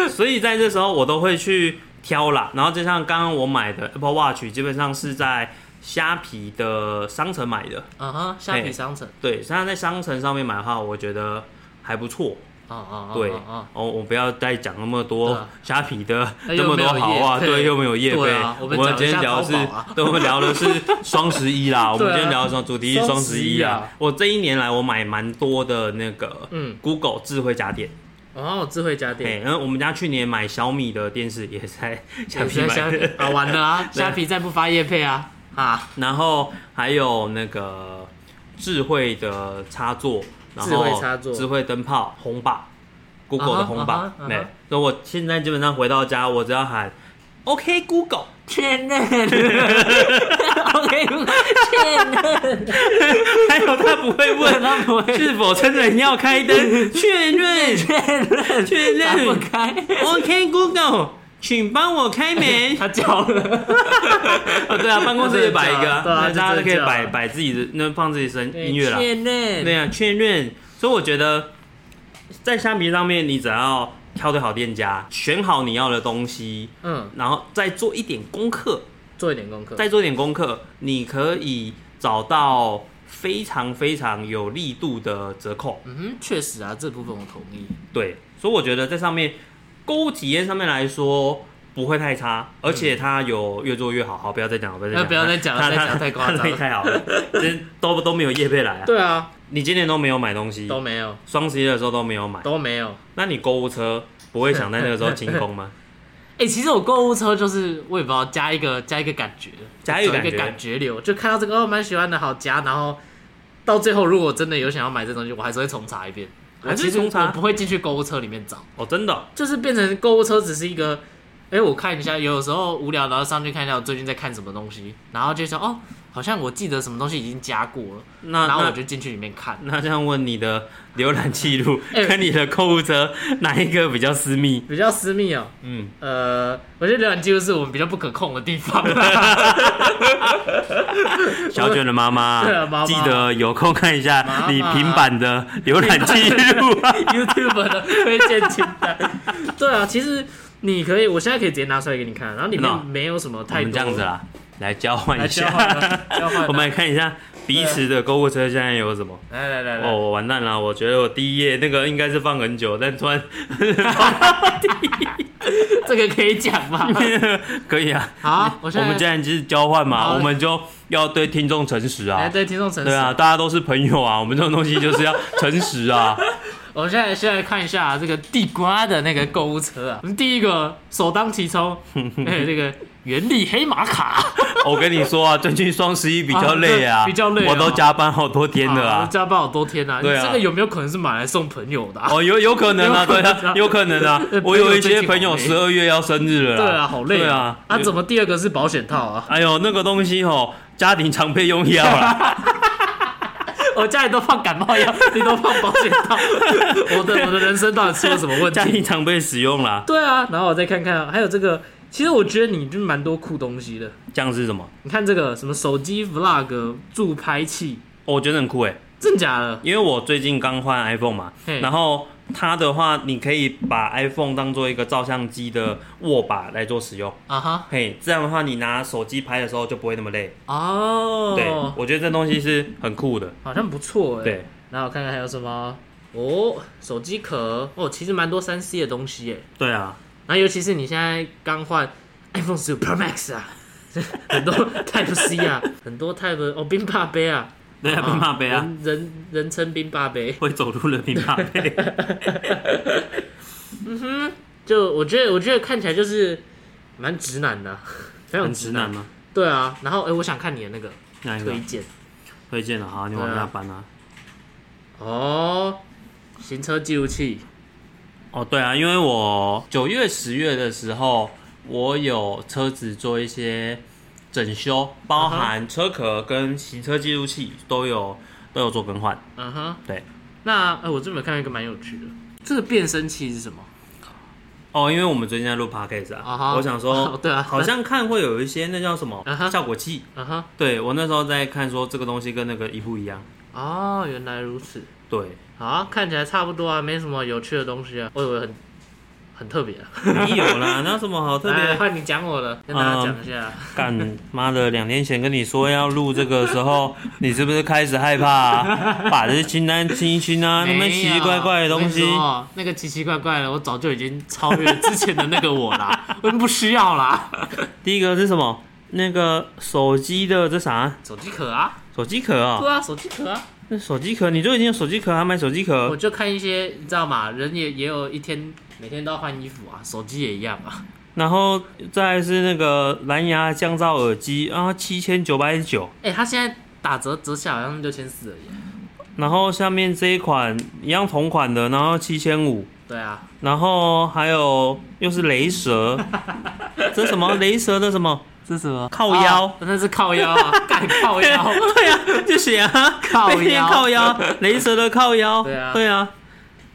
所以在这时候我都会去挑啦。然后就像刚刚我买的 Apple Watch，基本上是在虾皮的商城买的。
嗯哼，虾皮商城，
对，像在商城上面买的话，我觉得还不错。
哦哦哦，
对，
哦哦
哦，我不要再讲那么
对
多
啊
虾皮的
哎
这么多好话，
又没有业配
对，又没有业费
对啊。我们
们
讲
今
一下
天聊的是
淘宝啊，
对，我们聊的是双十一 啦。我们
对啊
今天聊的双主题是双十一
双十一
啦
啊。
我这一年来，我买蛮多的那个
嗯
Google 智慧家电，
哦，智慧家电
哎，，然后我们家去年买小米的电视也是在 虾
也
皮
是在
买
虾皮
的，
啊，完了 啊，
对
虾皮再不发叶配啊啊，
然后还有那个智慧的插座，然后
智慧插座
智慧灯泡、红把，Google
啊哈
的红把
啊哈，啊
对
哈。
所以我现在基本上回到家，我只要喊 OK Google，
确认，OK，确 认，
还有他不会问
他不会
是否真的要开 灯，确认
确认，
确
打不
认
开，
OK Google，请帮我开门。
他叫了，
哦，对啊，办公室也摆一个啊，
对啊
那大家都可以
就这样
摆摆自己的，那放自己声 音乐啦。
确认，
对啊，确认。所以我觉得，在虾皮上面，你只要挑对好店家，选好你要的东西，
嗯，
然后再做一点功课，
做一点功课，
再做一点功课，你可以找到非常非常有力度的折扣。
嗯嗯哼，确实啊，这部分我同意，
对，所以我觉得在上面购物体验上面来说不会太差，而且它有越做越好。好，不要再讲了，不要再讲了，
嗯呃不要再讲了
它
再讲
它
太夸张了
它累 太好了，这都都没有业配来啊。
对啊，
你今年都没有买东西，
都没有，
双十一的时候都没有买，
都没有。
那你购物车不会想在那个时候清空 吗？
哎、其实我购物车就是我也不知道加一个加一个感觉，
加一个
走
感
个
觉
感觉流，就看到这个哦蛮喜欢的，好加，然后到最后如果真的有想要买这东西，我还是会重查一遍。我
还是
其实
重查
我不会进去购物车里面找，
哦，真的哦，
就是变成购物车只是一个，哎、我看一下，有时候无聊，然后上去看一下我最近在看什么东西，然后就想哦，好像我记得什么东西已经加过了，
那
然后我
那
就进去里面看。
那这样问你的浏览记录
哎
跟你的购物车哪一个比较私密？
比较私密哦，
嗯，
呃，我觉得浏览记录是我们比较不可控的地 方。
小卷的妈
对啊妈妈
妈，记得有空看一下
妈
你
妈
平板的浏览记录啊。
YouTube 的推荐清单。对啊，其实你可以，我现在可以直接拿出来给你看，然后里
真的
面
哦
没有什么
我
太
们
多。
这样子啦，来交换
来
一
交换
下，
啊，交换啊。
我们来看一下彼此的购物车现在有什么。
来来来
哦，
来，
我完蛋了！我觉得我第一页那个应该是放很久，但 突然
这个可以讲 吗？
可以啊。
好，我
我
现在
们既然就是交换嘛，
好
我们就要对听众诚实
来
啊。
哎对听众诚实。
对啊，，大家都是朋友啊，我们这种东西就是要诚实啊。
我现在现在看一下这个地瓜的那个购物车
嗯
啊，我们第一个首当 其冲，哎，这个原力黑马卡，
我跟你说啊，最近双十一比较累
啊
啊，
对比较累啊
我都加班好多天了
啊
啊。
加班好多天啊，你
对啊
这个有没有可能是买来送朋友的啊？
哦，有有可能啊，
有可
对
能啊
啊，有可能啊
对。
我有一些
朋
朋
友
友
最近
十
好
二月要生日了啦，
对啊，好累
对啊，
啊，怎么第二个是保险套啊？
哎呦，那个东西吼，家庭常备用药啦。
我家里都放感冒药，你都放保险套， 我的我的人生到底出了什么 问
家
题？
庭常备使用啦。
对啊，然后我再看看啊，还有这个，其实我觉得你就蛮多酷东西的。
这样是什么？
你看这个什么手机 vlog 助拍器，
哦我觉得很酷哎，
真假的？
因为我最近刚换 iPhone 嘛
嘿，
然后它的话，你可以把 iPhone 当做一个照相机的握把来做使用。
啊哈，
嘿，这样的话，你拿手机拍的时候就不会那么累。对
哦，，
我觉得这东西是很酷的。
好像不错哎。
对，
然后我看看还有什么哦，手机壳哦，其实蛮多三 C 的东西哎。
对啊，
然后尤其是你现在刚换 iPhone 十五 Pro Max 啊， 很多 Type C 啊，很多 Type 哦冰霸杯啊。嗯
对啊，冰霸杯啊，
人人人称冰霸杯。
会走路的冰霸杯。
嗯就我觉得，我觉得看起来就是蛮直男的啊，非常
很直男
男。
吗？
对啊，然后哎、我想看你的那个
哪一个
推荐
推荐了？好，你往下翻啊。
哦，行车记录器
哦，对啊，因为我九月、十月的时候，我有车子做一些整修，包含车壳跟行车记录器都有都有做更换。
嗯哼，
对。
那哎、我这边有看到一个蛮有趣的，这个变声器是什么？
哦，因为我们最近在录 podcast 啊
啊哈
我想 说，
对啊
好像看会有一些那叫什么、
啊哈
效果器。
嗯哼，
对我那时候在看说这个东西跟那个一不一样。
哦，原来如此。
对，
好啊、看起来差不多啊，没什么有趣的东西啊，我以为很很特别啊。
没有 啦，那有什么好特别
来
的？
换你讲我的，跟大家讲一下。
干 妈的，两天前跟你说要录这个时 候，你是不是开始害怕、啊？把这清单清一清 啊，那么奇奇怪怪的东西
没有我跟你。说那个奇奇怪怪的，我早就已经超越之前的那个我啦， 我已经不需要啦。
第一个是什么？那个手机的这啥？
手机壳啊，
手机壳啊、
对啊，手机壳啊，
那手机壳你就已经有手机壳，还买手机
我
壳？
就看一些，你知道吗？人也也有一天，每天都要换衣服啊，手机也一样啊。
然后再来是那个蓝牙降噪耳机啊，七千九百九。
哎、他现在打折折下好像六千四而已啊。
然后下面这一款一样同款的，然后七千五。
对啊，
然后还有又是雷 蛇，这什么雷蛇的什么？
这是什么？
靠腰
哦那是靠腰啊， 干靠腰。
对啊，就写啊，
靠腰
背面靠腰，雷蛇的靠腰，
对啊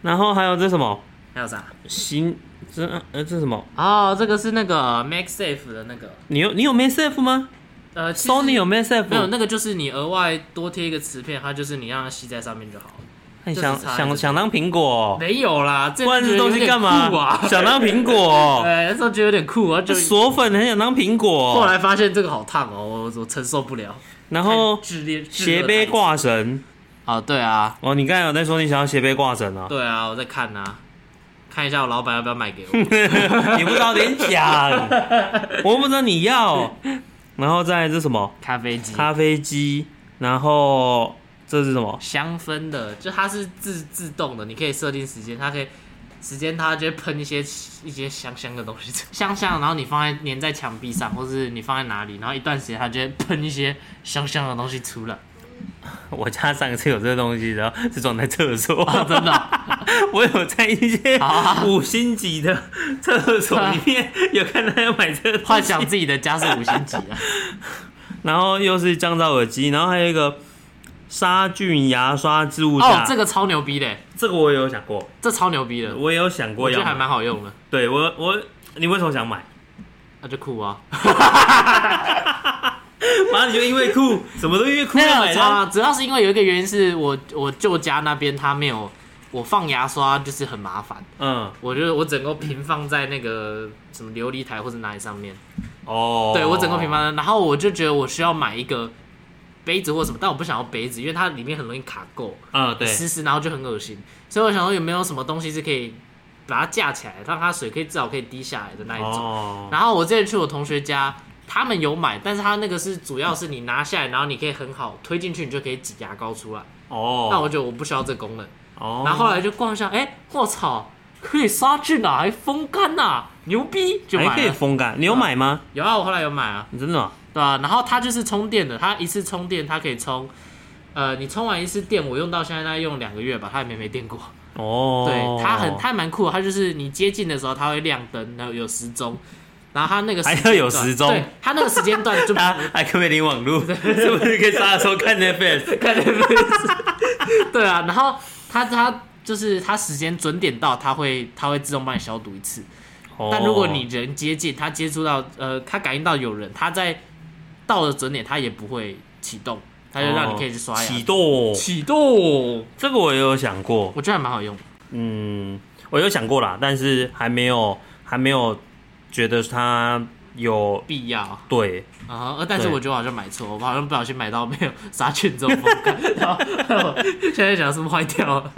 然后还有这什么
还有啥？
行，这呃这什么？
哦，这个是那个 MagSafe 的那个，
你有你有 MSF 吗
呃其实
？Sony 有 MSF？
没有，那个就是你额外多贴一个磁片，它就是你让它吸在上面就好了。
很
就
哎想
是差
想
这
想当苹果、哦，
没有啦，这
不然这
觉得有
东西
点
干嘛
酷？啊？
想当苹果、 哦，
哎，那时候觉得有点酷啊，就
锁粉很想当苹果、
后
哦，
来发现这个好烫哦，我我承受不了。
然后
太炽烈
斜背挂绳
啊，对啊，
哦，你刚才有在说你想要斜背挂绳啊？
对啊，我在看啊，看一下我老板要不要卖给我。
你不早点 讲，我不知道你要。然后再来这什么
咖啡机，
咖啡机，然后这是什么？
香氛的，就它是自自动的，你可以设定时间，它可以时间它就会喷一些一些香香的东 西，香香，然后你放在粘在墙壁上，或是你放在哪里，然后一段时间它就会喷一些香香的东西出来。
我家上次有这个东西，然后是装在厕所。
哦、 真的哦、
我有在一些
好啊
五星级的厕所里面有看到要买这个东西
幻想自己的家是五星级啊！
然后又是降噪耳机，然后还有一个杀菌牙刷置物架。
哦，这个超牛逼的，
这个我也有想过，
这超牛逼的，
我也有想过
我觉
要
得还
买。
蛮好用的，
对我我你为什么想买？
那、就酷 啊！
妈，你就因为酷，什么都因为酷
没
要买
有
它。
啊，主要是因为有一个原因是我我舅家那边他没有，我放牙刷就是很麻烦。
嗯，
我就是我整个平放在那个什么琉璃台或者哪里上面，
哦，
对我整个平放在，然后我就觉得我需要买一个杯子或什么，但我不想要杯子，因为它里面很容易卡垢，
嗯，对，
湿湿然后就很恶心，所以我想说有没有什么东西是可以把它架起来，让它水可以至少可以滴下来的那一种。
哦，
然后我之前去我同学家，他们有买，但是他那个是主要是你拿下来，然后你可以很好推进去，你就可以挤牙膏出来。
哦，
那我觉得我不需要这功能。
哦，
然后后来就逛一下，哎、我操，可以杀菌啊，还风干呐、牛逼！就
还
买
哎可以
了。
风干，你有买吗？
有啊，我后来有买啊，
你真的哦？
对吧、然后它就是充电的，它一次充电，它可以充，呃，你充完一次电，我用到现在大概用两个月吧，它也没没电过。
哦，
对，它很它还蛮酷的，它就是你接近的时候它会亮灯，然后有时钟，然后它那个时间
还要有
段
时钟
对，它那个时间段 就
他啊还可以领网路，是不是可以杀的时候看 Netflix？
看对啊，然后它它就是它时间准点到，它会它会自动帮你消毒一次。
哦
但如果你人接近，他接触到呃，他感应到有人，他在到了准点，他也不会启动，他就让你可以去刷牙。
哦启动，
启动，
这个我也有想过，
我觉得还蛮好用的。
嗯，我有想过啦，但是还没有还没有觉得它有
必要啊
对，
哈，呃但是
对
我觉得我好像买错，我好像不小心买到没有杀菌这种风 干，然后然后我现在想是不是坏掉了？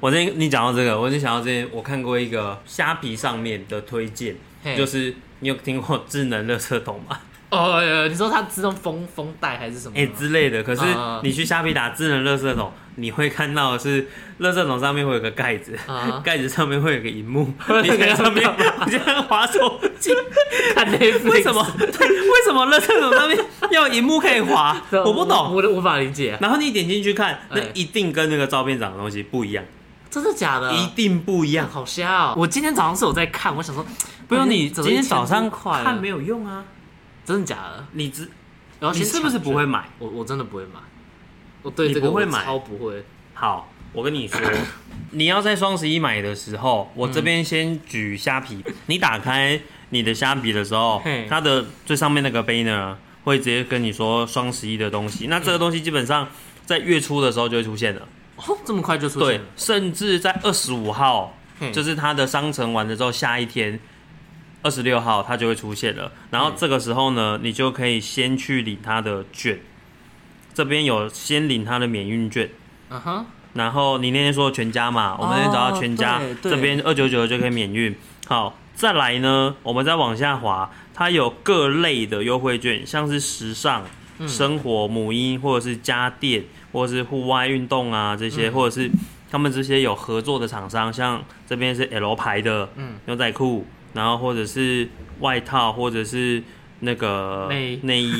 我那你讲到这个，我就想到之前我看过一个虾皮上面的推荐，
嘿
就是你有听过智能垃圾桶吗？
哦，呃你说它自动封封袋还是什么
哎、
吗？
之类的。可是
啊
你去虾皮打智能垃圾桶，你会看到的是垃圾桶上面会有个盖子
啊，
盖、子上面会有个荧幕，
有
你在上面
干
你就在滑手机。
看 Netflix
为什么？ 对，为什么垃圾桶上面 要有荧幕可以滑？我不懂。
我都无法理解啊，
然后你点进去看，那
哎
一定跟那个照片长的东西不一样，
真的假的？
一定不一样。
好瞎哦！我今天早上是有在看，我想说，
不用你
哎怎
今
么
天早上
1000多块了
看没有用啊，
真的假的？
你只
然后
你
先
是不是
抢
不会买？
我我真的不会买，我对
你
这个
不会
我
买
超不会。
好，我跟你 说，你要在双十一买的时候，我这边先举虾皮，你打开你的虾皮的时候
嗯嘿，
它的最上面那个 banner 会直接跟你说双十一的东西。那这个东西基本上在月初的时候就会出现了，
哦，这么快就出
对
现了，，
甚至在二十五号，
嘿
就是它的商城完了之后，下一天。二十六号它就会出现了，然后
嗯
这个时候呢，你就可以先去领它的券，这边有先领它的免运券，
嗯哼，
然后你那天说全家嘛，我们那天找到全家、
哦对对
这边二九九就可以免运。好，再来呢，我们再往下滑，它有各类的优惠券，像是时尚、
嗯
生活、母婴或者是家电，或者是户外运动啊这
嗯
些，或者是他们这些有合作的厂商，像这边是 L 牌的
嗯，
牛仔裤，然后或者是外套，或者是那个
内
内 衣，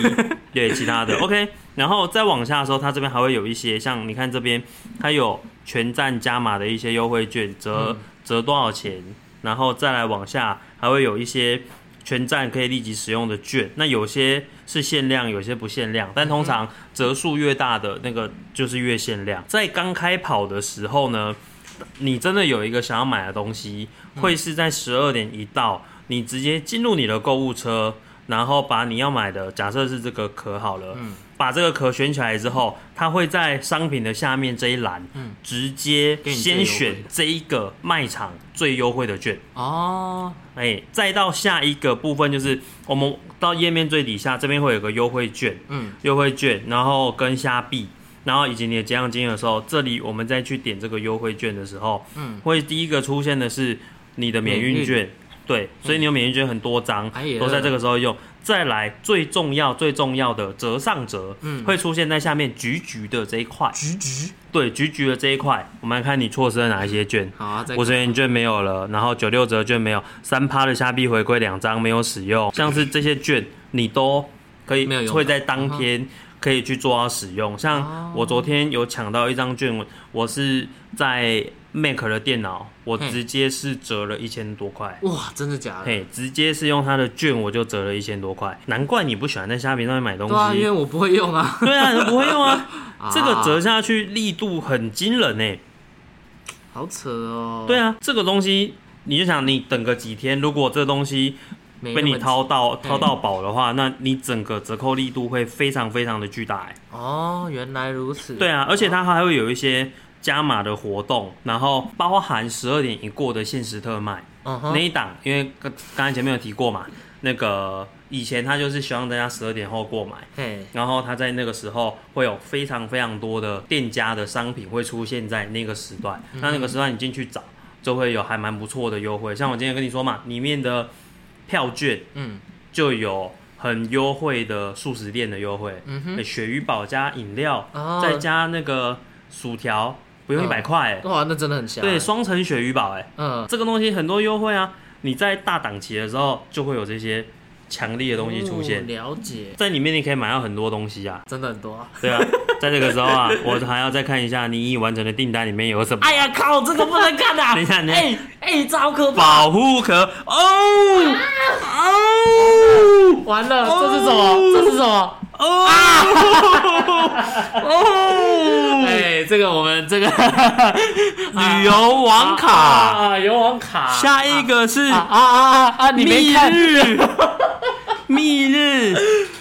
对其他的 OK。然后再往下的时候，它这边还会有一些，像你看这边，它有全站加码的一些优惠券，折
嗯
折多少钱，然后再来往下还会有一些全站可以立即使用的券。那有些是限量，有些不限量，但
嗯
通常折数越大的那个就是越限量。在刚开跑的时候呢，你真的有一个想要买的东西，会是在十二点一到，你直接进入你的购物车，然后把你要买的，假设是这个壳好了，
嗯
把这个壳选起来之后，它会在商品的下面这一栏，
嗯
直接
给你最
先
优惠
选这一个卖场最优惠的券。
哦，
哎、再到下一个部分就是我们到页面最底下这边会有个优惠券，
嗯，
优惠券，然后跟虾币，然后以及你的结账金额的时候，这里我们再去点这个优惠券的时候，
嗯，
会第一个出现的是你的免运券，对，所以你有免运券很多张
哎呀
都在这个时候用。再来最重要最重要的折上折，
嗯
会出现在下面橘橘的这一块，
橘橘，
对，橘橘的这一块，我们来看你错失了哪一些券。
好啊，再
五十元券没有了，然后九六折券没有，三趴的虾币回馈两张没有使用，像是这些券你都可以
没有用到嗯
会在当天可以去做到使用。
哦
像我昨天有抢到一张券，我我是在 Mac 的电脑，我
嘿
直接是折了一千多块。
哇，真的假的？
嘿，直接是用他的券，我就折了一千多块。难怪你不喜欢在虾皮上面买东
对啊，因为
西。
我不会用啊。
对啊，你不会用啊，这个折
啊
下去力度很惊人呢、欸
好扯哦。
对，啊，这个东西你就想，你等个几天，如果这东西
没那
被
么
你掏到
急
掏到宝的话，那你整个折扣力度会非常非常的巨大、欸。
哦，原来如此。
对啊，而且它还会有一些加码的活动，然后包含十二点一过的限时特卖、
嗯
那
哼，
一档，因为刚刚才前面有提过嘛，那个以前他就是希望大家十二点后过买。
嘿，
然后他在那个时候会有非常非常多的店家的商品会出现在那个时段，
嗯
那那个时段你进去找就会有还蛮不错的优惠。像我今天跟你说嘛，里面的票券
嗯
就有很优惠的素食店的优惠，
嗯哼，
诶鳕鱼堡加饮料，
哦
再加那个薯条，不用
嗯
一百块、诶
哇，那真的很香。
对，双层鳕鱼堡、诶
嗯，
这个东西很多优惠啊，你在大档期的时候就会有这些强力的东西出
哦
现。
了解，
在里面你可以买到很多东西啊，
真的很多啊。
对啊，在这个时候 啊，我还要再看一下你已完成的订单里面有什么
哎呀靠，这个不能看 啊！
等一下等一下
哎哎，这好可怕！
保护壳哦哦
完了，这是什么？这是什么？
哦哦！
哎，这个我们 这个
旅游网卡，
啊，游网卡。
下一个是
啊啊啊啊啊！你没
蜜
看？
日，蜜日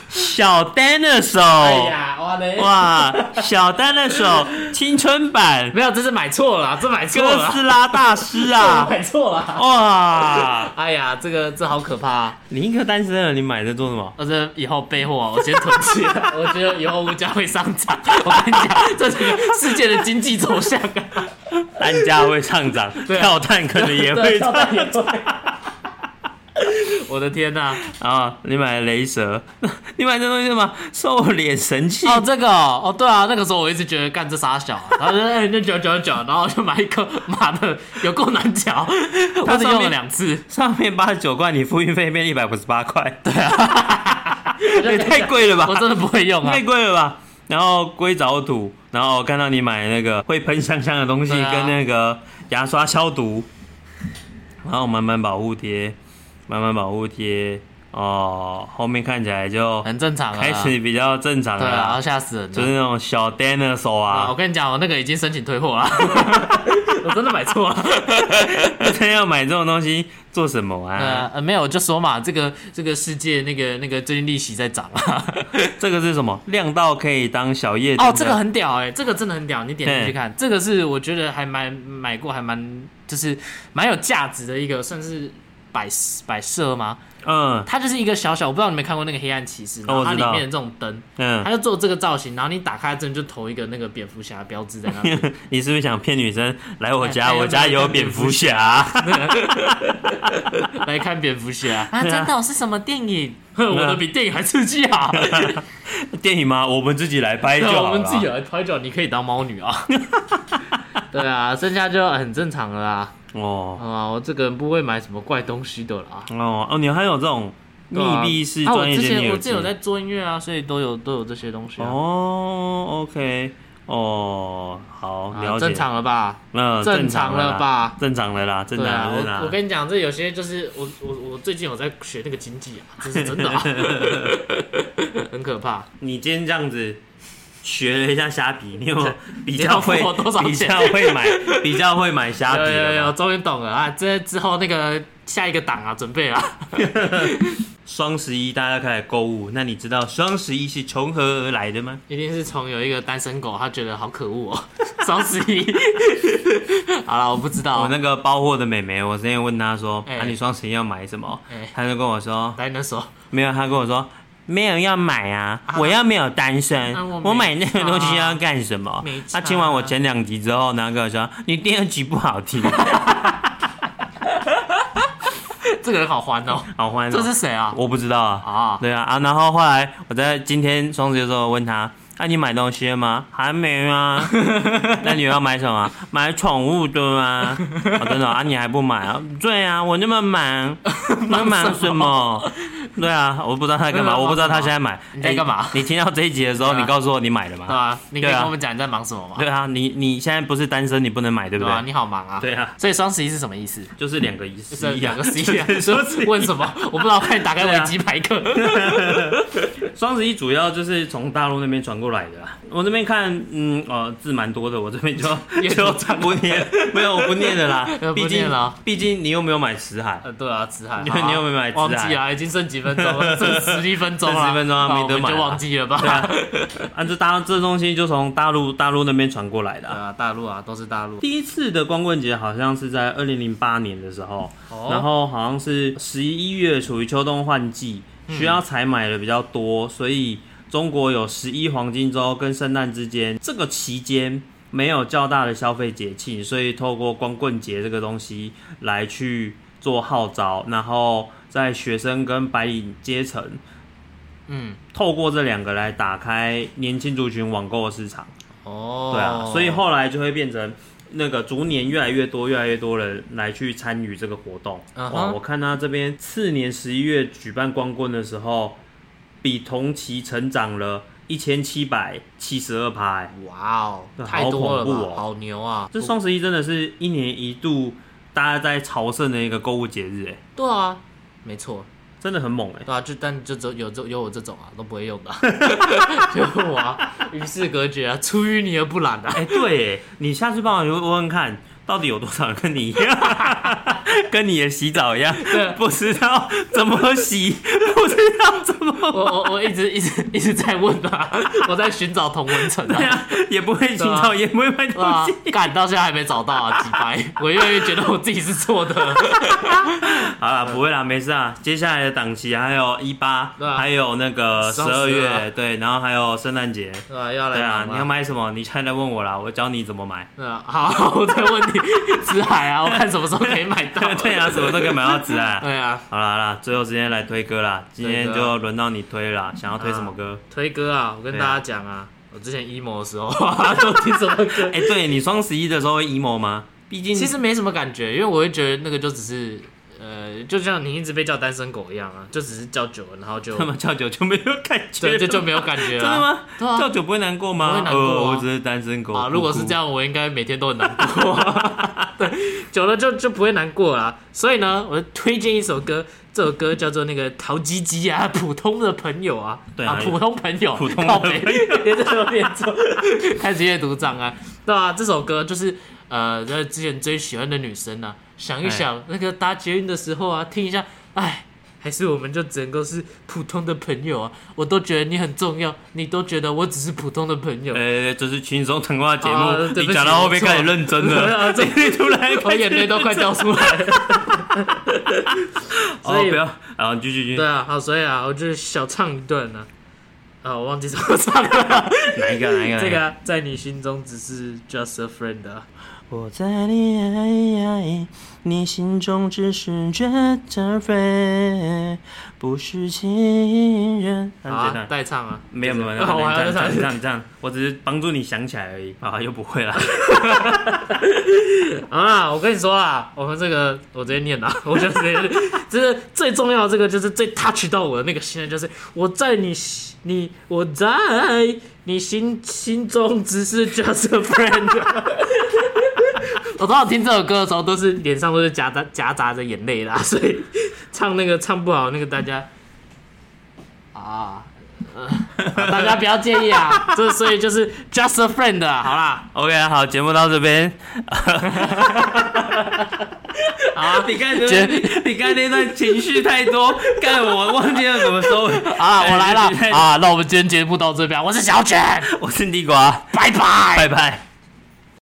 小 dinosaur，、
哎呀，完了！
哇，小 dinosaur 青春版
没有，这是买错了啊，这买错了
哥
啊，
斯拉大师
这
啊，
买错了啊。
哇！
哎呀，这个这好可怕啊！
你一个单身了，你买这做什么？
我这以后备货啊，我先囤起来。 我觉得以后物价会上涨。我跟你讲，这整个世界的经济走向啊，
单价会上涨，
对啊
跳蛋可能也
对啊
会
跳
上
蛋也
涨
会。我的天呐、
啊！你买了雷蛇， 你买这东西什么？瘦脸神器
哦，这个哦，哦，对啊，那个时候我一直觉得干这傻小、啊，然后就哎那九九九，然后我就买一颗，妈的有够难嚼，我只用了两次，
上面八十九块，你付运费变一百五十八块，对啊， 也
也
太贵了吧
我真的不会用 啊
太。贵了吧？然后硅藻土，然后看到你买那个会喷香香的东西，
对啊
跟那个牙刷消毒，然后满满保护贴，满满保护贴哦，后面看起来就
很正常啊，
开始比较正常
对
了
啊，然后
啦，
吓死人了。
就是那种小 dinosaur 啊
啊，我，跟你讲，我那个已经申请退货了， 我真的买错了。啊
真要买这种东西做什么啊？
呃呃，没有，就说嘛，这个这个世界那个那个最近利息在涨啊。
这个是什么？亮到可以当小夜灯的
哦，这个很屌哎、这个真的很屌，你点进去看，这个是我觉得还蛮买过，还蛮就是蛮有价值的一个，算是摆摆设吗？
嗯
它就是一个小小，我不知道你们有没有看过那个黑暗骑士，然后它
我
里
知道
面的这种灯，它
嗯，
就做这个造型，然后你打开真的就投一个那个蝙蝠侠的标志在 那边。
你是不是想骗女生来我家？
哎哎
我家有蝙蝠侠，
来看蝙蝠侠 啊！
真的
的是什么电影？哼 我的比电影还刺激 啊！
电影吗？我们自己来拍就好了。
我们自己来拍照，你可以当猫女啊。 对啊，剩下就很正常了啦。
哦
啊，我这个人不会买什么怪东西的 啦。
哦哦，你还有这种密
对啊
闭式
啊，我
专业
之
监
前
听
我
耳
之
机
前有在做音乐啊，所以都有都有这些东西啊。
哦，OK，哦，好，
啊
了解，
正，常了吧？
嗯，
正
正
常
了
了吧？
正常了啦，正
对
常
啊，
了啦
我我。跟你讲，这有些就是我我我最近有在学那个经济啊， 这是真的啊，很可怕。
你今天这样子学了一下虾皮，你有没有比较会
你要付我多少钱
比较会 买比较会买虾皮
有有
了
有，
吧？
终于懂了啊！这之后那个下一个档啊，准备啊。
双十一大家开始购物，那你知道双十一是从何而来的吗？
一定是从有一个单身狗，他觉得好可恶哦， 双十一。 好了，我不知
我
道。
那个包货的妹妹，我之前问她说：“
哎
啊，你双十一要买什么
哎？”
她就跟我说
来，那说，：“
没有。”她跟我说：“没有要买啊，我要没有单身
啊我，没啊
我买那个东西要干什么
没？”差
她听 完我前两集之后，然后跟我说：“你第二集不好听。”
这个人好欢 哦，
好欢乐
这。是谁啊？
我不知道啊。
啊，
对啊啊，然后后来我在今天双十节的时候问他，那、你买东西了吗？还没 啊。那你要买什么？买宠物的 吗？哦、真的啊，你还不买啊？对啊，我那么忙， 那忙什么？对啊，我不知道他干
那
嘛，
忙
我不知道
什么
他现在买。
你在干嘛
哎你听到这一集的时候，
对啊
你告诉我你买了
对
吗？
吧？你可以
对啊
跟我们讲你在忙什么吗？
对啊，你你现在不是单身，你不能买，对不
对啊，
对？
你好忙啊。
对啊，
所以双十一是什么意思？
就是两个一
就是
思一
两
样
个十一啊
就是 双十一
问什么？我不知道，快点打开
对啊
维基 百科。
双十一主要就是从大陆那边传过来的啦。我这边看，嗯，哦，字蛮多的，我这边就
也
就不念，没有，我不念的啦
呃。不
毕
念
竟
了，
毕竟你又没有买辞海，
呃，对啊，子海，
你
好啊
你有没有买子
忘
海
记啊，已经剩几分 钟了，剩十一分钟了，
剩10分钟啊
那
没得买
我们
啊
就忘记了吧？
对啊，啊，这大这东西就从大陆大陆那边传过来的
对
啊。
啊，大陆啊，都是大陆。
第一次的光棍节好像是在二零零八年的时候，然
哦，
后好像是十一月处于秋冬换季，需要采买的比较多，所以中国有十一黄金周跟圣诞之间这个期间没有较大的消费节庆，所以透过光棍节这个东西来去做号召，然后在学生跟白领阶层
嗯，
透过这两个来打开年轻族群网购的市场，
哦，
对啊，所以后来就会变成。那个逐年越来越多，越来越多人来去参与这个活动。
嗯
哇，
哼
我看他这边次年十一月举办光棍的时候，比同期成长了一千七百七十二趴。欸
哇哦，
对
太多了
好恐怖
吧，
哦
好牛啊！
这双十一真的是一年一度大家在朝圣的一个购物节日，哎，
对啊，没错，
真的很猛哎。
对啊，就但就只有有这有我这种啊，都不会用 的啊， 就我啊，与世隔绝啊，出淤泥而不染啊。
哎、对欸，你下次帮我问问看，到底有多少人跟你一 样，跟你的洗澡一样，不知道怎么洗，不知道怎么
我我我一直一直一直在问啊， 我在寻找同文层
对
啊。
啊，也不会洗澡，也不会卖东
哇
西。，
干到现在还没找 到啊，几百，我越来越觉得我自己是错的。 啊
好啦，不会啦，没事啊。接下来的档期还有一八
对，啊
还有那个十
双十
二
二
月，对，然后还有圣诞节。
对啊，要
对啊，你要
买？
买什么？你现在问我啦，我教你怎么 买。。
对啊，好，我再问 你，子海啊，我看什么时候可以买到
对啊，什么都可以买到纸啊。
对啊，
好啦好啦，最后时间来推歌啦，今天
推歌
就
啊
轮到你推了啦，想要推什么歌？
推歌啊，我跟
对啊
大家讲啊，我之前 emo 的时候 都听什么歌？
哎，对你双十一的时候会 emo 吗？毕竟
其实没什么感觉，因为我会觉得那个就只是。呃，就像你一直被叫单身狗一样啊，就只是叫久了，然后就
他们叫酒就没有感觉
对
了，
就就没有感觉
真
了。
的吗？
对啊
叫酒不会难过吗？
不会难过啊
呃我只是单身狗
啊，如果是这，样，我应该每天都很难过。 对，久了就就不会难过啦。所以呢，我推荐一首歌，这首歌叫做那个陶鸡鸡啊，普通的朋友啊，
对啊
普通朋友，
普通的
靠北
朋友
连这都变错，开始阅读障碍，对啊，这首歌就是呃，在之前追喜欢的女生啊，想一
哎
想那个搭捷运的时候啊，听一下，哎。还是我们就只能够是普通的朋友啊！我都觉得你很重要，你都觉得我只是普通的朋友。
呃，这是轻松谈话节
啊
目，你
对不起
讲到后面开始认真
我错了
了，
啊
这
对
一突然
我
开始
眼泪都快掉出来了。
哦，
所以
不要，啊，继续继续
对，啊，好，所以啊，我就是小唱一段呢、啊。我忘记怎么唱 了。
哪一个哪一个？
这个、啊、在你心中只是 just a friend 啊。
我在你你心中只是 just a friend，不是情人。很
好
简
啊
单，，
代唱啊。
没有没有，没有
啊
你
我
这
还要
样这样
唱
这。样这样，我只是帮助你想起来而已啊，又不会啦。
好啦，我跟你说啊，我们这个我直接念啦， 我就直接，就是最重要的这个就是最 touch 到我的那个心的，就是我在你心你我在你心心中只是 just a friend。我通常听这首歌的时候，都是脸上都是夹杂夹杂着眼泪啦，所以唱那个唱不好那个大家啊。呃啊大家不要介意啊，这所以就是 just a friend 啊，好啦，
OK，好，节目到这边。 啊！你刚才
觉
你刚才那段情绪太多，干我忘记要怎么收尾
啊， 我来了
情绪太多
啊！那我们今天节目到这边，我是小卷，
我是地瓜，
拜拜。
拜拜。